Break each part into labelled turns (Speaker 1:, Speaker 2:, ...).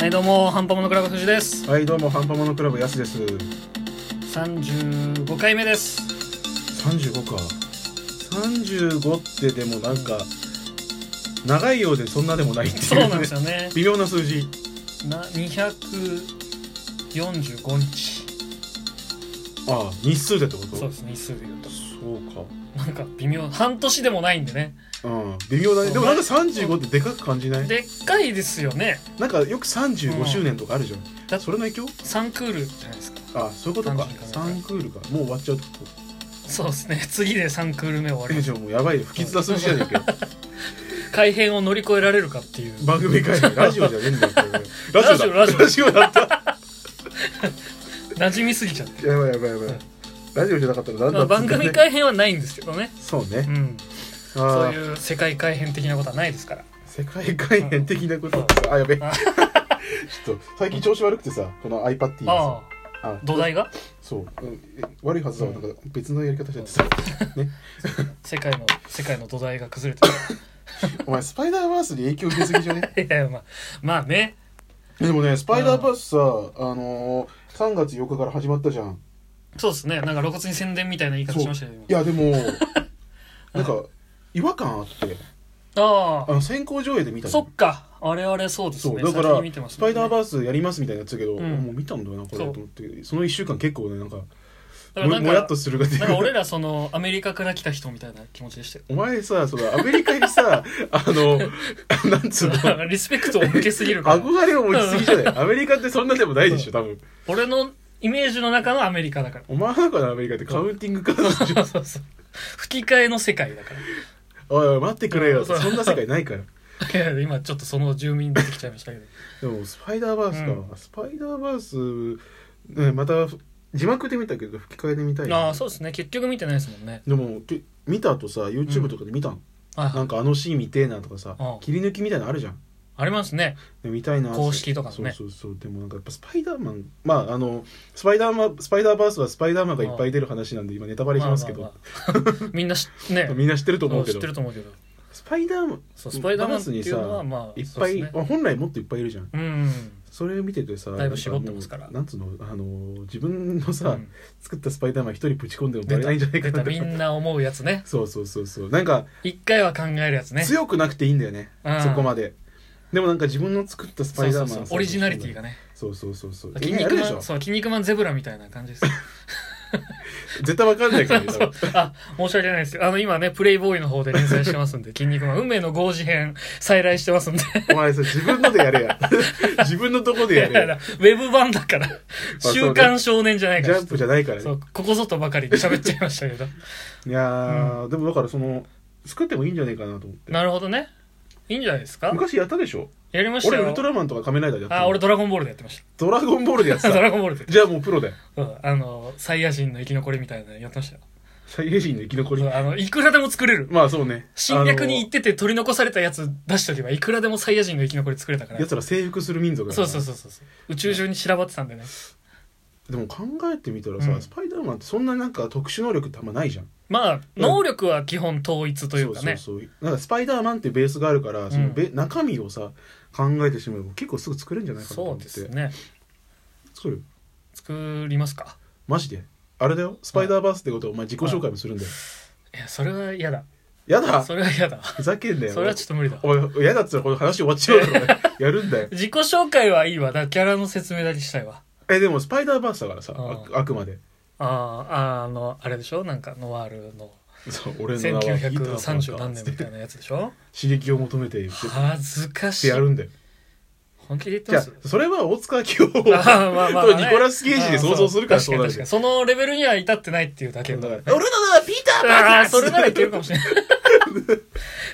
Speaker 1: はいどうもハンパモノクラブ藤です
Speaker 2: はいどうもハンパモノクラブやすです
Speaker 1: 35回目です
Speaker 2: 35か35ってでもなんか長いようでそんなでもないっていう、ね、
Speaker 1: そうなんですよね
Speaker 2: 微妙な数字
Speaker 1: な245日
Speaker 2: ああ日数でってこと
Speaker 1: そうです日数で言うと
Speaker 2: そうか
Speaker 1: なんか微妙半年でもないんでね
Speaker 2: うん微妙だ
Speaker 1: そう
Speaker 2: ねでもなんか35ってでかく感じない
Speaker 1: でっかいですよね
Speaker 2: なんかよく35周年とかあるじゃん、
Speaker 1: だ
Speaker 2: それの影響
Speaker 1: サンクールじゃないですか
Speaker 2: ああそういうことか
Speaker 1: 30かな
Speaker 2: 3クールかもう終わっちゃうってこ
Speaker 1: そうですね次で3クール目終わ
Speaker 2: とえ
Speaker 1: り
Speaker 2: じゃあもうやばいよ不吉な数字じゃねえ かよ
Speaker 1: 改編を乗り越えられるかっていう
Speaker 2: 番組会議ラジオじゃねえんだよこれ
Speaker 1: ラジオ
Speaker 2: ラジオだラジオ だった
Speaker 1: 馴染みすぎちゃって
Speaker 2: やばいやばいやばい、
Speaker 1: うん
Speaker 2: ラジオじゃなかったら何
Speaker 1: ま
Speaker 2: だ
Speaker 1: あ
Speaker 2: った
Speaker 1: 番
Speaker 2: んだね
Speaker 1: 組改編はないんですけどね
Speaker 2: そう
Speaker 1: う
Speaker 2: ね、
Speaker 1: ん
Speaker 2: あ
Speaker 1: そ
Speaker 2: あ
Speaker 1: ういう世界改変的なことはないですから
Speaker 2: 世界概念的なこと、あやべ ちょっと最近調子悪くてさこの iPad
Speaker 1: あ
Speaker 2: がさあ
Speaker 1: あ土台が
Speaker 2: そううんえ悪いはずだわなんか別のやり方しちゃってさね
Speaker 1: 世界の世界の土台が崩れてる
Speaker 2: お前スパイダーバースに影響受けすぎじゃね
Speaker 1: いやいやまあまあね
Speaker 2: でもねスパイダーバースさあのー、3月4日から始まったじゃん
Speaker 1: そうですねなんか露骨に宣伝みたいな言い方
Speaker 2: そう
Speaker 1: し
Speaker 2: い
Speaker 1: ましたよ今
Speaker 2: や でもなんか違和感あって
Speaker 1: あ
Speaker 2: あの先行上映で見た
Speaker 1: あ
Speaker 2: じゃ
Speaker 1: そ
Speaker 2: ん
Speaker 1: っかあれあれそうです
Speaker 2: そ
Speaker 1: ね
Speaker 2: うだか
Speaker 1: 先
Speaker 2: ら、
Speaker 1: に見てます
Speaker 2: ス
Speaker 1: も
Speaker 2: パ
Speaker 1: んね
Speaker 2: イダーバースやりますみたいなやつだけど、
Speaker 1: うん
Speaker 2: もう見たんだよなこれと
Speaker 1: そう
Speaker 2: 思ってその1週間結構ねなんか
Speaker 1: だから
Speaker 2: も
Speaker 1: なんか
Speaker 2: もやっとするが出
Speaker 1: なんか俺らそのアメリカから来た人みたいな気持ちでしたよ
Speaker 2: お前さ、そのアメリカにさ、あの、なんつうの、
Speaker 1: リスペクトを向けすぎるから
Speaker 2: 憧れを持ちすぎじゃないアメリカってそんなでもないでしょ、多分。
Speaker 1: 俺のイメージの中のアメリカだから
Speaker 2: お前の中のアメリカってカウンティングからなんでしょ。
Speaker 1: そうそう吹き替えの世界だから
Speaker 2: おいおい、待ってくれよ。
Speaker 1: そう
Speaker 2: そんな世界ないから。
Speaker 1: いやいや今ちょっとその住民出てきちゃいましたけど
Speaker 2: でも、スパイダーバースか。
Speaker 1: う
Speaker 2: スパイダーバース、ね、また、字幕で見たけど、吹き替えで見たい。
Speaker 1: ああそうですね結局見てないですもんね
Speaker 2: でも、け見た後さ、YouTube とかで見たの。
Speaker 1: はい
Speaker 2: な
Speaker 1: はい
Speaker 2: んかあのシーン見てえなとかさ
Speaker 1: うん、
Speaker 2: 切り抜きみたいなのあるじゃん。
Speaker 1: ありますね
Speaker 2: で見たいな
Speaker 1: 公式とかのね
Speaker 2: そうそうそうでもなんかやっぱスパイダーマンまああのスパイダーマンスパイダーバースはスパイダーマンがいっぱい出る話なんで今ネタバレしますけど、
Speaker 1: まあまあまあみんなしね
Speaker 2: みんな知ってると思うけ
Speaker 1: 知っ
Speaker 2: ど
Speaker 1: てると思うけど
Speaker 2: スパイダーマン
Speaker 1: そうスパイダーマンっていうのは
Speaker 2: バースにさ
Speaker 1: まあ
Speaker 2: いっぱい、
Speaker 1: そうですね
Speaker 2: まあ本来もっといっぱいいるじゃん
Speaker 1: うん
Speaker 2: それ見ててさ
Speaker 1: だいぶ絞ってますから
Speaker 2: なんかもうなんつうのあの自分のさ、
Speaker 1: うん
Speaker 2: 作ったスパイダーマン一人ぶち込んでもバ
Speaker 1: 出
Speaker 2: レ
Speaker 1: た
Speaker 2: ないんじゃない
Speaker 1: 出
Speaker 2: かな
Speaker 1: た
Speaker 2: とか
Speaker 1: みんな思うやつね
Speaker 2: そうそうそうそうなんか
Speaker 1: 一回は考えるやつね
Speaker 2: 強くなくていいんだよね、
Speaker 1: うん
Speaker 2: そこまででもなんか自分の作ったス
Speaker 1: そ
Speaker 2: パ
Speaker 1: う
Speaker 2: イダ
Speaker 1: そう
Speaker 2: ー
Speaker 1: そ
Speaker 2: マン
Speaker 1: うオリジナリティがね
Speaker 2: そうそうそうそう
Speaker 1: 筋
Speaker 2: えあ
Speaker 1: 肉
Speaker 2: るでし
Speaker 1: マ
Speaker 2: ょ
Speaker 1: ンそう筋肉マンゼブラみたいな感じ です
Speaker 2: 絶対わかんないからね 多
Speaker 1: そ
Speaker 2: 分
Speaker 1: うあ申し訳ないですあの今ねプレイボーイの方で連載してますんで「筋 肉マン運命の合時編」再来してますんで
Speaker 2: お前さ、自分のでや れや。自分のとこでや
Speaker 1: いやい
Speaker 2: れ
Speaker 1: や
Speaker 2: や。
Speaker 1: ウェブ版だから「
Speaker 2: そうね
Speaker 1: 週刊少年」じゃないか
Speaker 2: ジ
Speaker 1: ら
Speaker 2: ャンプじゃないから
Speaker 1: そ
Speaker 2: ね。
Speaker 1: うここぞとばかりに喋っちゃいましたけど
Speaker 2: いやー、でもだからその、作ってもいいんじゃないかなと思って。
Speaker 1: なるほどねいいんじゃないですか
Speaker 2: 昔やったでしょ
Speaker 1: やりました
Speaker 2: 俺
Speaker 1: よ
Speaker 2: ウルトラマンとか仮面ライダーでやったの
Speaker 1: あ俺ドラゴンボールでやってまし
Speaker 2: ドラゴンボールでやって
Speaker 1: た ド
Speaker 2: た。
Speaker 1: ラゴンボールで
Speaker 2: じゃあもうプロだよ。
Speaker 1: そうあのサイヤ人の生き残りみたいなのやってましたよ
Speaker 2: サイエジンの生き残
Speaker 1: そ
Speaker 2: り
Speaker 1: う。あのいくらでも作れる
Speaker 2: まあそうね。
Speaker 1: 侵略に行ってて取り残されたやつ出しとけばいくらでもサイヤ人の生き残り作れたか
Speaker 2: あの
Speaker 1: ら
Speaker 2: 奴ら征服する民族だか
Speaker 1: そう
Speaker 2: ら
Speaker 1: そうそうそう宇宙中に散らばってたんでね
Speaker 2: でも考えてみたらさ、
Speaker 1: うん
Speaker 2: スパイダーマンってそんななんか特殊能力ってあんまないじゃん。
Speaker 1: まあ能力は基本統一というかね
Speaker 2: そうそうそう。なんかスパイダーマンっていうベースがあるから、そのベ、
Speaker 1: う
Speaker 2: 中身をさ、考えてしまえば結構すぐ作れるんじゃないかなと
Speaker 1: そ
Speaker 2: 思っ
Speaker 1: う
Speaker 2: て。
Speaker 1: ですね
Speaker 2: 作る
Speaker 1: 作りますか
Speaker 2: マジであれだよスパイダーバースってことはお前自己紹介もするんだよ、
Speaker 1: いやそれは嫌だ
Speaker 2: やだ
Speaker 1: それは嫌だ
Speaker 2: ふざけんなよ
Speaker 1: それはちょっと無理だ
Speaker 2: お前やだっつったらこの話終わっちゃう からやるんだよ
Speaker 1: 自己紹介はいいわだからキャラの説明だけしたいわ
Speaker 2: えでもスパイダーバースだからさあ
Speaker 1: う
Speaker 2: あくまで
Speaker 1: あーあーあのあれでしょなんかノワールの
Speaker 2: そう俺の名はヒーターパンカ
Speaker 1: 1930
Speaker 2: ー
Speaker 1: 何年みたいなやつでしょ
Speaker 2: 刺激を求めて言ってっ
Speaker 1: 恥ずかしてい
Speaker 2: やるんだよ
Speaker 1: 本気で言って
Speaker 2: じゃ
Speaker 1: ま
Speaker 2: あ
Speaker 1: す
Speaker 2: それは大塚教を
Speaker 1: あー まあまあまあね
Speaker 2: とニコラス・ケイジで想像するか
Speaker 1: あ
Speaker 2: ら
Speaker 1: ーそ
Speaker 2: そ
Speaker 1: 確
Speaker 2: ううなる
Speaker 1: かに確
Speaker 2: じ
Speaker 1: か
Speaker 2: ゃ
Speaker 1: にそのレベルには至ってないっていうだけ
Speaker 2: んだ
Speaker 1: だ
Speaker 2: か
Speaker 1: からら
Speaker 2: 俺の名はピーター・
Speaker 1: あ
Speaker 2: パ
Speaker 1: あー
Speaker 2: ンカー
Speaker 1: それならいけるかもしれない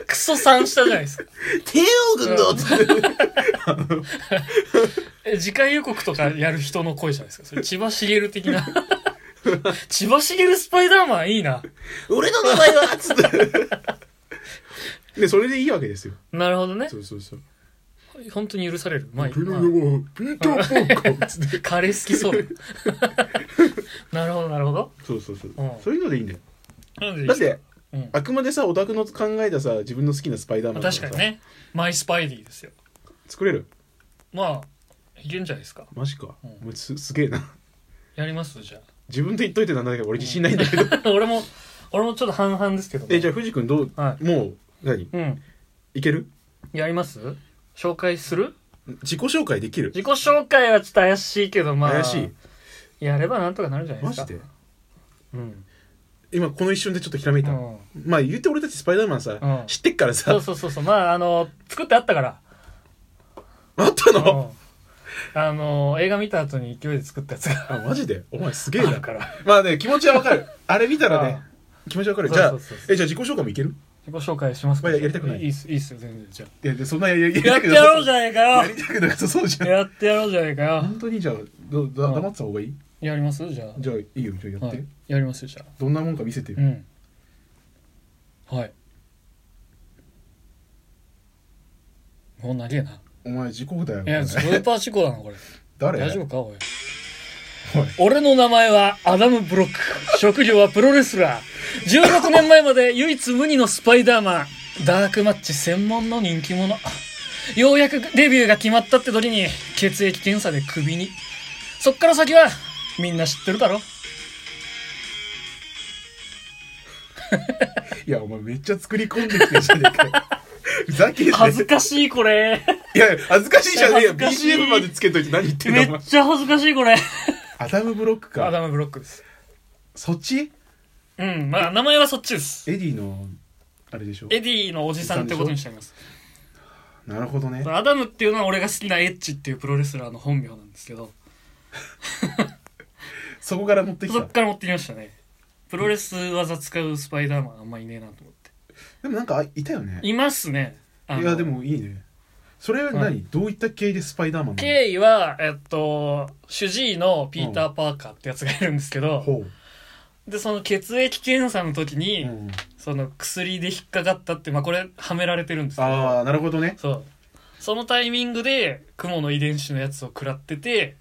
Speaker 1: クソ3したじゃないですか
Speaker 2: 帝王軍だって
Speaker 1: え次回予告とかやる人の声じゃないですかそれ千葉茂的 な千葉茂スパイダーマンいいな
Speaker 2: 俺の名前はつってでそれでいいわけですよ
Speaker 1: なるほどね
Speaker 2: そうそうそう
Speaker 1: 本当に許されるまあいい、
Speaker 2: ピ
Speaker 1: ま
Speaker 2: ノ
Speaker 1: あ、
Speaker 2: ピーター・パンカーつって
Speaker 1: カレー好きそう だなるほどなるほど
Speaker 2: そうそうそう、
Speaker 1: うん
Speaker 2: そういうのでいいんだよ
Speaker 1: なんで
Speaker 2: だって
Speaker 1: うん
Speaker 2: あくまでさオタクの考えたさ自分の好きなスパイダーマ
Speaker 1: まあ
Speaker 2: ン
Speaker 1: 確かにねマイスパイディですよ
Speaker 2: 作れる
Speaker 1: まあいけるんじゃないですか
Speaker 2: マジか、
Speaker 1: うん
Speaker 2: お前すすげえな
Speaker 1: やりますじゃ
Speaker 2: 自分で言っといてなんだけど俺自信ないんだけど、
Speaker 1: あ俺も俺もちょっと半々ですけども
Speaker 2: えじゃあ藤君どう、
Speaker 1: は
Speaker 2: もう何
Speaker 1: うん
Speaker 2: いける
Speaker 1: やります紹介する
Speaker 2: 自己紹介できる
Speaker 1: 自己紹介はちょっと怪しいけどまあ
Speaker 2: 怪し
Speaker 1: やればなんとかなるんじゃな
Speaker 2: い
Speaker 1: いで
Speaker 2: マ
Speaker 1: すか
Speaker 2: ジで
Speaker 1: うん、
Speaker 2: 今この一瞬でちょっとひらめいた、
Speaker 1: うん
Speaker 2: まあ言って俺たちスパイダーマンさ、
Speaker 1: うん
Speaker 2: 知ってっから
Speaker 1: そ
Speaker 2: さ
Speaker 1: うそうそうそうまああの作ってあったから
Speaker 2: あった
Speaker 1: う
Speaker 2: の
Speaker 1: んあの映画見た後に勢いで作ったやつが
Speaker 2: あマジでお前すげ
Speaker 1: あ
Speaker 2: えな
Speaker 1: るから
Speaker 2: まあね気持ちはわかるあれ見たらね
Speaker 1: あ
Speaker 2: 気持ちはわかるじゃあ
Speaker 1: そうそうそうそう
Speaker 2: えじゃあ自己紹介もいける
Speaker 1: 自己紹介しますか
Speaker 2: まあややりたくない
Speaker 1: いいっすいいっすよ全然じゃ
Speaker 2: いやいやそんなややり
Speaker 1: あや
Speaker 2: た
Speaker 1: って
Speaker 2: く
Speaker 1: やろうじ
Speaker 2: ゃ
Speaker 1: ゃないか
Speaker 2: や
Speaker 1: よ
Speaker 2: りたくなさそうじゃん
Speaker 1: やってやろうじゃないかよ
Speaker 2: 本当にじゃあどだ
Speaker 1: うん
Speaker 2: 黙ってた方がいい
Speaker 1: やりますじゃあ
Speaker 2: じゃあいいよじゃあやっ
Speaker 1: は
Speaker 2: て、
Speaker 1: い、やりますよじゃあ
Speaker 2: どんなもんか見せてよ、
Speaker 1: うんはいもう長えな
Speaker 2: お前事故だよ
Speaker 1: いやスーパー事故だなこれ
Speaker 2: 誰
Speaker 1: 大丈夫かおい
Speaker 2: おい
Speaker 1: 俺の名前はアダム・ブロック職業はプロレスラー16年前まで唯一無二のスパイダーマンダークマッチ専門の人気者ようやくデビューが決まったって時に血液検査でクビにそっから先はみんな知ってるだろ
Speaker 2: いやお前めっちゃ作り込んできてるじゃね えかよふざけんなよ
Speaker 1: 恥ずかしいこれ
Speaker 2: いやいや恥ずかしいじゃねえよ
Speaker 1: 恥ずかしい
Speaker 2: BGM までつけといて何言ってんだ
Speaker 1: め
Speaker 2: お前
Speaker 1: っちゃ恥ずかしいこれ
Speaker 2: アダム・ブロック
Speaker 1: ア
Speaker 2: か
Speaker 1: ダム・ブロックです
Speaker 2: そっち
Speaker 1: うんまあ名前はそっちです
Speaker 2: エディのあれでしょ
Speaker 1: エディのおじさんってことにしてあります
Speaker 2: なるほどね
Speaker 1: アダムっていうのは俺が好きなエッチっていうプロレスラーの本名なんですけど
Speaker 2: そこから持ってき
Speaker 1: そったから持ってきましたねプロレス技使うスパイダーマンあんまいねえなと思って
Speaker 2: でもなんかあいたよね
Speaker 1: いますねあの
Speaker 2: いやでもいいねそれは何、
Speaker 1: はい
Speaker 2: どういった系でスパイダーマンなの
Speaker 1: 経緯はえっと主治医のピーター・パーカーってやつがいるんですけど、
Speaker 2: ほ
Speaker 1: でその血液検査の時
Speaker 2: う、
Speaker 1: に、
Speaker 2: うん、
Speaker 1: その薬で引っかかったってまあこれはめられてるんですけど
Speaker 2: ああなるほどね
Speaker 1: そうそのタイミングでクモの遺伝子のやつを食らってて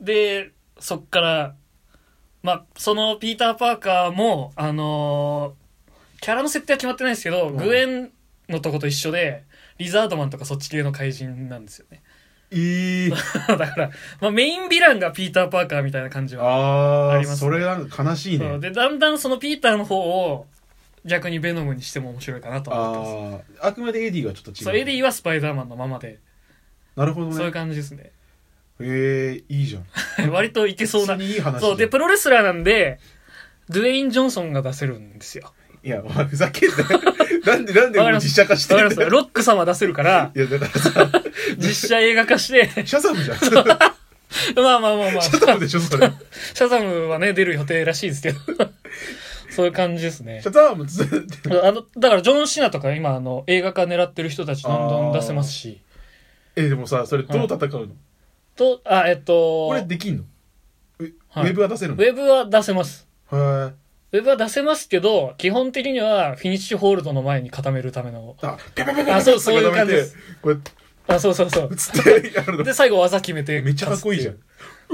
Speaker 1: でそっからまあそのピーター・パーカーもあのーキャラの設定は決まってないんですけど、
Speaker 2: うん
Speaker 1: グエンのとこと一緒でリザードマンとかそっち系の怪人なんですよね
Speaker 2: いい
Speaker 1: だから、まあ、メインヴィランがピーター・パーカーみたいな感じは
Speaker 2: あ
Speaker 1: あ
Speaker 2: あ、
Speaker 1: りますね
Speaker 2: それなんか悲しい
Speaker 1: そう
Speaker 2: ね
Speaker 1: でだんだんそのピーターの方を逆にベノムにしても面白いかなと思ってます
Speaker 2: あああくまでエディはちょっと違う
Speaker 1: そうエディはスパイダーマンのままで、
Speaker 2: なるほど
Speaker 1: そういう
Speaker 2: ね
Speaker 1: 感じですね
Speaker 2: へえいいじゃ ん
Speaker 1: 割といけ そうな
Speaker 2: 普通にいい話
Speaker 1: そう、で、プロレスラーなんで、ドゥエイン・ジョンソンが出せるんですよ。
Speaker 2: いやお前ふざけんなよなんでなんで
Speaker 1: わかり
Speaker 2: もう
Speaker 1: ます
Speaker 2: 実写化して
Speaker 1: わか
Speaker 2: ん
Speaker 1: りま
Speaker 2: だ
Speaker 1: す
Speaker 2: よ
Speaker 1: ロック様出せるから、
Speaker 2: いやだからさ
Speaker 1: 実写映画化して、
Speaker 2: シャザムじゃんシャ
Speaker 1: まあまあまあまあ、シ
Speaker 2: ザムでしょそれ
Speaker 1: ャザムはね、出る予定らしいですけど、 そういう感じですね
Speaker 2: シ。ャザムつって
Speaker 1: あの、だから、ジョン・シナとか今、あの、映画化狙ってる人たちどんどん出せますし、
Speaker 2: えでもさそれどう戦うの、
Speaker 1: と、あ、えっと、
Speaker 2: これできんのウェ
Speaker 1: はい
Speaker 2: ウェブは出せるの
Speaker 1: ウェブは出せます。
Speaker 2: へえ
Speaker 1: ウェブは出せますけど、基本的にはフィニッシュホールドの前に固めるための。
Speaker 2: あペペペペペ
Speaker 1: あそうそういう感じです
Speaker 2: これ
Speaker 1: あ、そうそう そう。
Speaker 2: つってやるの
Speaker 1: で、最後技決めて。
Speaker 2: めっちゃかっこいいじゃんう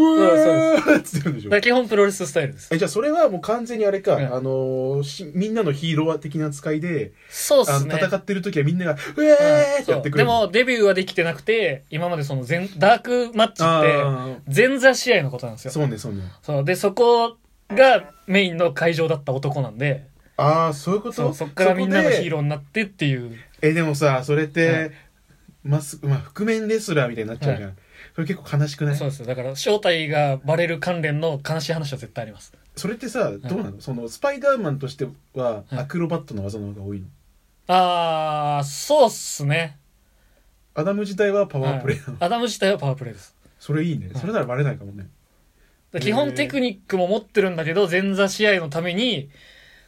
Speaker 1: う
Speaker 2: わーっつってるんでし
Speaker 1: だ
Speaker 2: ょ
Speaker 1: から基本プロレススタイルです。
Speaker 2: えじゃあそれはもう完全にあれか、
Speaker 1: うん
Speaker 2: あのーしみんなのヒーロー的な扱いで、
Speaker 1: そうっ
Speaker 2: あ
Speaker 1: す
Speaker 2: の
Speaker 1: ね。
Speaker 2: 戦ってる時はみんなが「う
Speaker 1: うん
Speaker 2: えー!」って
Speaker 1: そ
Speaker 2: や
Speaker 1: う
Speaker 2: ってく
Speaker 1: で
Speaker 2: れる
Speaker 1: も、デビューはできてなくて、今までその前、ダークマッチっ
Speaker 2: あ
Speaker 1: て、前座試合のことなんです
Speaker 2: ー
Speaker 1: よ。
Speaker 2: そうねそうね
Speaker 1: そう。で、そこがメインの会場だった男なんで、
Speaker 2: ああそういうこと
Speaker 1: そうそっからみんなの
Speaker 2: そこで
Speaker 1: ヒーローになってっていう。
Speaker 2: えでもさそれって、
Speaker 1: はい
Speaker 2: マスまあ、覆面レスラーみたいになっちゃうじゃん、それ結構悲しくない
Speaker 1: そう
Speaker 2: そ
Speaker 1: ですよ。だから、正体がバレる関連の悲しい話は絶対あります。
Speaker 2: れってさどうなの、そのスパイダーマンとしては
Speaker 1: うん
Speaker 2: アクロバットの技の方が多いの、
Speaker 1: あー、そうっすね。
Speaker 2: アダム自体はパワープレイなの、
Speaker 1: はいアダム自体はパワープレイです。
Speaker 2: それいいね
Speaker 1: はい
Speaker 2: それならバレないかもね、
Speaker 1: だから基本テクニックも持ってるんだけど、前座試合のために、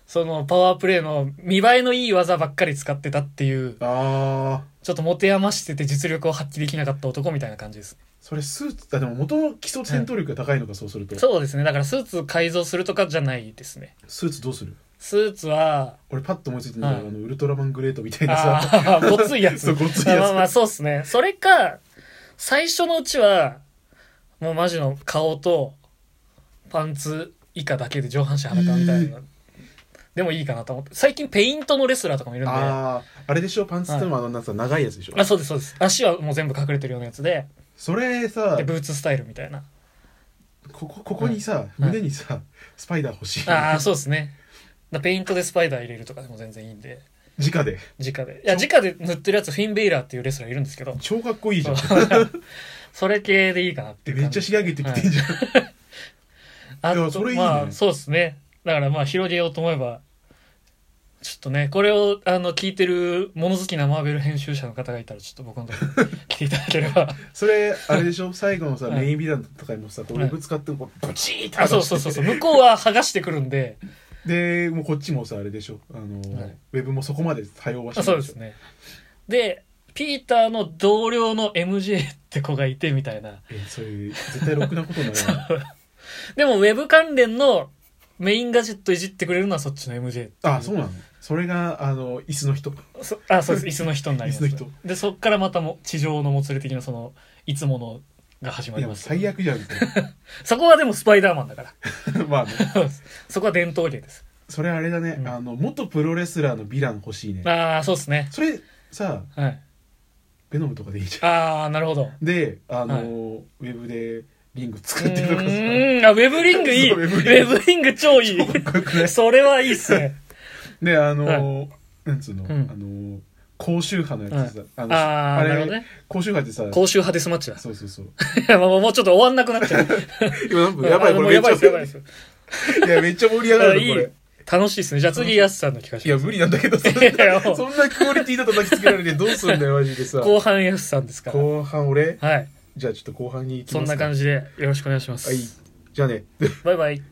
Speaker 1: そのパワープレイの見栄えのいい技ばっかり使ってたっていう、
Speaker 2: ああ
Speaker 1: ちょっと持て余してて実力を発揮できなかった男みたいな感じです。
Speaker 2: それスーツあでも元の基礎戦闘力が高いのかそうすると
Speaker 1: そうですね。だからスーツ改造するとかじゃないですね。
Speaker 2: スーツどうする
Speaker 1: スーツは、
Speaker 2: 俺パッと思いついたのが、
Speaker 1: はい
Speaker 2: あのウルトラマングレートみたいなさ
Speaker 1: ああ、ごついやつ。
Speaker 2: そうごついやつ
Speaker 1: まあまあそうっすね。それか、最初のうちは、もうマジの顔と、パンツ以下だけで上半身裸みたいな。でもいいかなと思って。最近ペイントのレスラーとかもいるんで。
Speaker 2: あああれでしょパンツってのはあのなんか長いやつでしょ、
Speaker 1: あ、そうです、そうです。足はもう全部隠れてるようなやつで、
Speaker 2: それさ
Speaker 1: でブーツスタイルみたいな
Speaker 2: ここここにさ、
Speaker 1: うん
Speaker 2: 胸にさスパイダー欲しい
Speaker 1: ああそうですねだペイントでスパイダー入れるとかでも全然いいんで
Speaker 2: 直で
Speaker 1: 直でいや直で塗ってるやつフィン・ベイラーっていうレスラーいるんですけど
Speaker 2: 超かっこいいじゃん
Speaker 1: そうそれ系でいいかなって
Speaker 2: で
Speaker 1: いう
Speaker 2: め
Speaker 1: 感
Speaker 2: っち
Speaker 1: じ
Speaker 2: ゃ仕上げてきてんじゃん、
Speaker 1: あ
Speaker 2: い
Speaker 1: と
Speaker 2: やそれいいね
Speaker 1: まあそうですねだからまあ広げようと思えばちょっとねこれをあの聞いてる物好きなマーベル編集者の方がいたらちょっと僕のとこ に来ていただければ
Speaker 2: それあれでしょ最後のさ、
Speaker 1: はい
Speaker 2: メインビランとかにもさドリブ使ってこうブチーって
Speaker 1: あそうそうそうそう向こうは剥がしてくるんで
Speaker 2: でもうこっちもさあれでしょあの、
Speaker 1: はい
Speaker 2: ウェブもそこまで多様はし
Speaker 1: あ
Speaker 2: て
Speaker 1: そう
Speaker 2: る
Speaker 1: で
Speaker 2: でし
Speaker 1: す
Speaker 2: ょ
Speaker 1: ねでピーターの同僚の MJ って子がいてみたいな
Speaker 2: えそれ絶対ろくなことにならない
Speaker 1: でもウェブ関連のメインガジェットいじってくれるのはそっちの MJ
Speaker 2: あそうなのそれがあの椅子の人
Speaker 1: そあそうです椅子の人になります
Speaker 2: 椅子の
Speaker 1: でそっからまたも地上のもつれ的なそのいつものが始ま
Speaker 2: い
Speaker 1: り
Speaker 2: や
Speaker 1: ます
Speaker 2: 最悪じゃ んみたい
Speaker 1: そこはでもスパイダーマンだか
Speaker 2: なまあね
Speaker 1: ら そこは伝統芸です
Speaker 2: それあれだね、
Speaker 1: うん
Speaker 2: あの元プロレスラーのヴィラン欲しいね
Speaker 1: ああそうですね
Speaker 2: それさ
Speaker 1: はい
Speaker 2: ベノムとかでいいじゃ
Speaker 1: ああなるほど
Speaker 2: んであの、
Speaker 1: はい
Speaker 2: ウェブでリング
Speaker 1: う
Speaker 2: 作ってるとかさ
Speaker 1: ーんあウェブリングいい
Speaker 2: そ
Speaker 1: ウ
Speaker 2: うウェブリン
Speaker 1: ェブリング超いい
Speaker 2: かっこよくない
Speaker 1: それはいいっすね
Speaker 2: であの、なんつうの、
Speaker 1: うん
Speaker 2: あの高周波のやつさ、あの
Speaker 1: ああな
Speaker 2: あ
Speaker 1: る
Speaker 2: れ
Speaker 1: ほどね
Speaker 2: 高周波ってさ
Speaker 1: 公衆派デスマッチだ
Speaker 2: そうそうそう
Speaker 1: いやもうもうちょっと終わんなくなっちゃう
Speaker 2: 今なん かやばい
Speaker 1: あ
Speaker 2: こ
Speaker 1: のも
Speaker 2: れ
Speaker 1: う
Speaker 2: め
Speaker 1: やば
Speaker 2: っ
Speaker 1: いです
Speaker 2: ち
Speaker 1: やばい
Speaker 2: ゃ
Speaker 1: です
Speaker 2: いやめっちゃ盛り上がるのこ
Speaker 1: い
Speaker 2: れ
Speaker 1: やいい楽しいっすねじゃあ次やすさんの聞かせ
Speaker 2: い
Speaker 1: て
Speaker 2: や
Speaker 1: くださ
Speaker 2: 無理なんだけどそ ん
Speaker 1: いやも
Speaker 2: な
Speaker 1: う
Speaker 2: そんなクオリティと叩きつけられてどうすんだよマジでさ
Speaker 1: 後半やすさんですから
Speaker 2: 後半俺
Speaker 1: はい
Speaker 2: じゃあちょっと後半に行き
Speaker 1: そ
Speaker 2: ま
Speaker 1: ん
Speaker 2: す
Speaker 1: な感
Speaker 2: じ
Speaker 1: じでよろしくお願いします、
Speaker 2: はいじゃあね
Speaker 1: バイバイ